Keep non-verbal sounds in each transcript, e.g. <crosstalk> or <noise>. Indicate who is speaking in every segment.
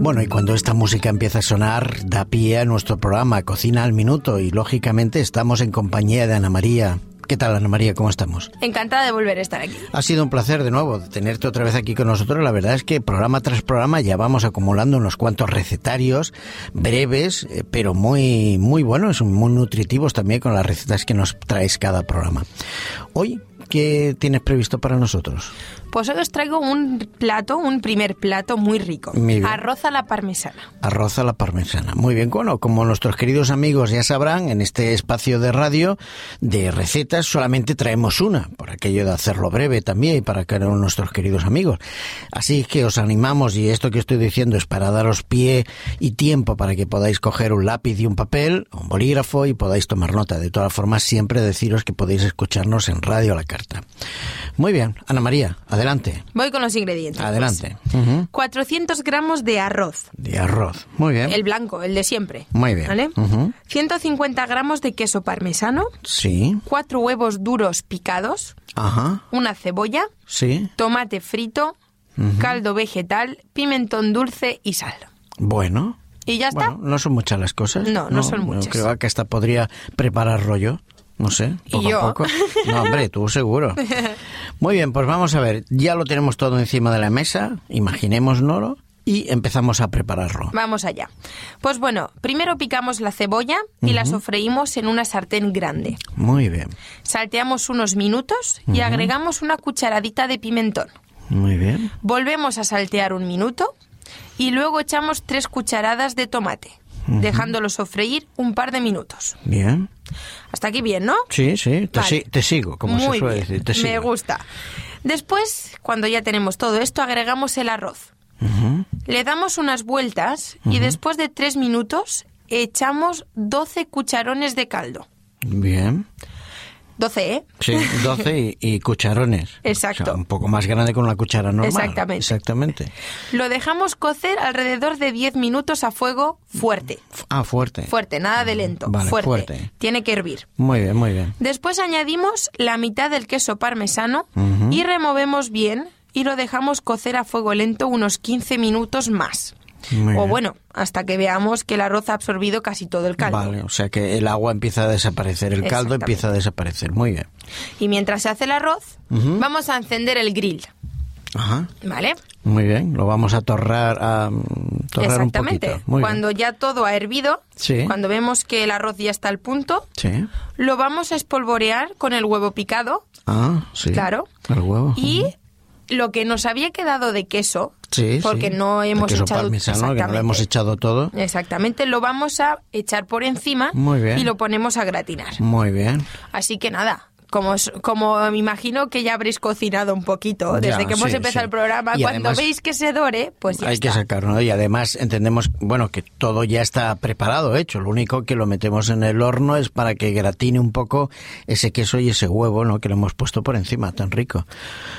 Speaker 1: Bueno, y cuando esta música empieza a sonar, da pie a nuestro programa Cocina al Minuto y lógicamente estamos en compañía de Ana María. ¿Qué tal, Ana María? ¿Cómo estamos?
Speaker 2: Encantada de volver a estar aquí.
Speaker 1: Ha sido un placer de nuevo tenerte otra vez aquí con nosotros. La verdad es que programa tras programa ya vamos acumulando unos cuantos recetarios breves, eh, pero muy, muy buenos, muy nutritivos también con las recetas que nos traes cada programa. Hoy, ¿qué tienes previsto para nosotros?
Speaker 2: Pues hoy os traigo un plato, un primer plato muy rico.
Speaker 1: Muy bien.
Speaker 2: Arroz a la parmesana.
Speaker 1: Arroz a la parmesana. Muy bien, bueno, como nuestros queridos amigos ya sabrán, en este espacio de radio de recetas solamente traemos una, por aquello de hacerlo breve también y para que nuestros queridos amigos. Así que os animamos y esto que estoy diciendo es para daros pie y tiempo para que podáis coger un lápiz y un papel, un bolígrafo y podáis tomar nota. De todas formas, siempre deciros que podéis escucharnos en Radio La Carta. Muy bien, Ana María, adelante.
Speaker 2: Voy con los ingredientes. pues.
Speaker 1: Adelante. Ujú.
Speaker 2: 400 gramos de arroz.
Speaker 1: De arroz. Muy bien.
Speaker 2: El blanco, el de siempre.
Speaker 1: Muy bien.
Speaker 2: ¿Vale?
Speaker 1: Ujú.
Speaker 2: 150 gramos de queso parmesano.
Speaker 1: Sí.
Speaker 2: Cuatro huevos duros picados.
Speaker 1: Ajá.
Speaker 2: Una cebolla.
Speaker 1: Sí.
Speaker 2: Tomate frito. Caldo vegetal. Pimentón dulce y sal.
Speaker 1: Bueno.
Speaker 2: Y ya está.
Speaker 1: Bueno, no son muchas las cosas.
Speaker 2: No, no son muchas.
Speaker 1: Creo que hasta podría preparar rollo. No sé,
Speaker 2: ¿Y
Speaker 1: poco
Speaker 2: yo?
Speaker 1: a poco. No, hombre, tú
Speaker 2: <laughs>
Speaker 1: seguro. Muy bien, pues vamos a ver. Ya lo tenemos todo encima de la mesa, imaginémoslo y empezamos a prepararlo.
Speaker 2: Vamos allá. Pues bueno, primero picamos la cebolla y la sofreímos en una sartén grande.
Speaker 1: Muy bien,
Speaker 2: Salteamos unos minutos y agregamos una cucharadita de pimentón.
Speaker 1: muy bien.
Speaker 2: Volvemos a saltear un minuto y luego echamos tres cucharadas de tomate, dejándolo sofreír un par de minutos.
Speaker 1: Bien.
Speaker 2: Hasta aquí bien, ¿no?
Speaker 1: Sí, sí, te,
Speaker 2: Vale.
Speaker 1: si- te sigo, como
Speaker 2: Muy
Speaker 1: se suele
Speaker 2: bien,
Speaker 1: decir. Te sigo.
Speaker 2: Me gusta. Después, cuando ya tenemos todo esto, agregamos el arroz.
Speaker 1: Ujú.
Speaker 2: Le damos unas vueltas y después de tres minutos echamos 12 cucharones de caldo.
Speaker 1: Bien.
Speaker 2: 12, ¿eh?
Speaker 1: Sí, 12 y, y cucharones.
Speaker 2: <laughs> Exacto.
Speaker 1: O sea, un poco más grande con una cuchara normal.
Speaker 2: Exactamente.
Speaker 1: Exactamente.
Speaker 2: Lo dejamos cocer alrededor de 10 minutos a fuego fuerte.
Speaker 1: F- Ah, fuerte.
Speaker 2: Fuerte, nada de lento.
Speaker 1: Vale,
Speaker 2: fuerte.
Speaker 1: fuerte.
Speaker 2: Tiene que hervir.
Speaker 1: Muy bien, muy bien.
Speaker 2: Después añadimos la mitad del queso parmesano y removemos bien y lo dejamos cocer a fuego lento unos 15 minutos más.
Speaker 1: Muy
Speaker 2: o
Speaker 1: bien.
Speaker 2: bueno, hasta que veamos que el arroz ha absorbido casi todo el caldo.
Speaker 1: Vale, o sea que el agua empieza a desaparecer, el caldo
Speaker 2: Exactamente.
Speaker 1: empieza a desaparecer. Muy bien.
Speaker 2: Y mientras se hace el arroz, vamos a encender el grill,
Speaker 1: Ajá.
Speaker 2: ¿vale?
Speaker 1: Muy bien, lo vamos a torrar, a mm, torrar un
Speaker 2: Exactamente.
Speaker 1: poquito. Muy
Speaker 2: cuando ya todo ha hervido,
Speaker 1: Sí.
Speaker 2: cuando vemos que el arroz ya está al punto,
Speaker 1: bien. Sí.
Speaker 2: lo vamos a espolvorear con el huevo picado
Speaker 1: Ah, sí.
Speaker 2: Claro.
Speaker 1: El huevo.
Speaker 2: y
Speaker 1: Ujú.
Speaker 2: lo que nos había quedado de queso,
Speaker 1: Sí,
Speaker 2: porque
Speaker 1: sí.
Speaker 2: no
Speaker 1: El
Speaker 2: hemos
Speaker 1: queso
Speaker 2: echado
Speaker 1: parmesano, que no lo
Speaker 2: exactamente.
Speaker 1: hemos echado todo.
Speaker 2: Exactamente, lo vamos a echar por encima
Speaker 1: Muy bien.
Speaker 2: y lo ponemos a gratinar.
Speaker 1: Muy bien.
Speaker 2: Así que nada, como, os- como me imagino que ya habréis cocinado un poquito
Speaker 1: Ya,
Speaker 2: desde que hemos
Speaker 1: sí,
Speaker 2: empezado
Speaker 1: sí.
Speaker 2: el programa,
Speaker 1: Y
Speaker 2: cuando
Speaker 1: además-
Speaker 2: veis que se dore, pues ya
Speaker 1: Hay
Speaker 2: está.
Speaker 1: que sacarlo y además entendemos, bueno, que todo ya está preparado, hecho. Lo único que lo metemos en el horno es para que gratine un poco ese queso y ese huevo, ¿no? Que lo hemos puesto por encima, tan rico.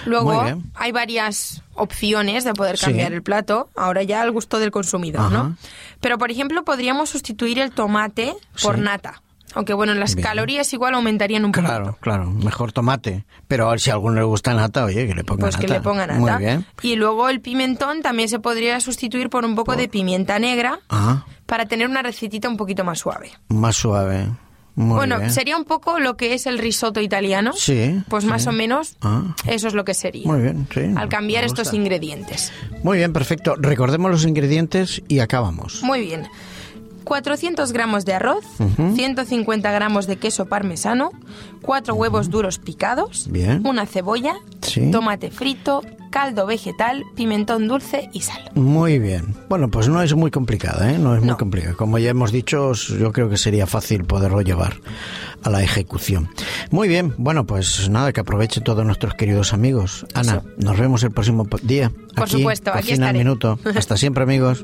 Speaker 1: Muy
Speaker 2: Luego
Speaker 1: bien.
Speaker 2: hay varias opciones de poder
Speaker 1: Sí.
Speaker 2: cambiar el plato, ahora ya al gusto del consumidor,
Speaker 1: Ajá.
Speaker 2: ¿no? Pero por ejemplo podríamos sustituir el tomate por
Speaker 1: Sí.
Speaker 2: nata, aunque bueno, las
Speaker 1: Bien.
Speaker 2: calorías igual aumentarían un poco.
Speaker 1: Claro, claro, mejor tomate. Pero a ver si a alguno le gusta nata, oye, que le pongan
Speaker 2: Pues
Speaker 1: nata.
Speaker 2: que le pongan nata.
Speaker 1: Muy bien.
Speaker 2: Y luego el pimentón también se podría sustituir por un poco de pimienta negra
Speaker 1: Ah,
Speaker 2: para tener una recetita un poquito más suave.
Speaker 1: más suave. Muy
Speaker 2: bueno,
Speaker 1: bien.
Speaker 2: sería un poco lo que es el risotto italiano.
Speaker 1: Sí,
Speaker 2: Pues más
Speaker 1: sí.
Speaker 2: o menos
Speaker 1: Ah.
Speaker 2: eso es lo que sería.
Speaker 1: Muy bien, sí.
Speaker 2: Al cambiar
Speaker 1: me
Speaker 2: estos
Speaker 1: gusta.
Speaker 2: ingredientes.
Speaker 1: Muy bien, perfecto. Recordemos los ingredientes y acabamos.
Speaker 2: Muy bien. 400 gramos de arroz, 150 gramos de queso parmesano, 4 huevos duros picados,
Speaker 1: Bien.
Speaker 2: una cebolla,
Speaker 1: Sí.
Speaker 2: tomate frito, caldo vegetal, pimentón dulce y sal.
Speaker 1: Muy bien. Bueno, pues no es muy complicada, ¿eh? No es muy
Speaker 2: No.
Speaker 1: complicada. Como ya hemos dicho, os- yo creo que sería fácil poderlo llevar a la ejecución. Muy bien. Bueno, pues nada, que aproveche todos nuestros queridos amigos. Ana, nos vemos el próximo po- día.
Speaker 2: Por supuesto, aquí
Speaker 1: Cocina al
Speaker 2: estaré. <laughs>
Speaker 1: minuto. Hasta siempre, amigos.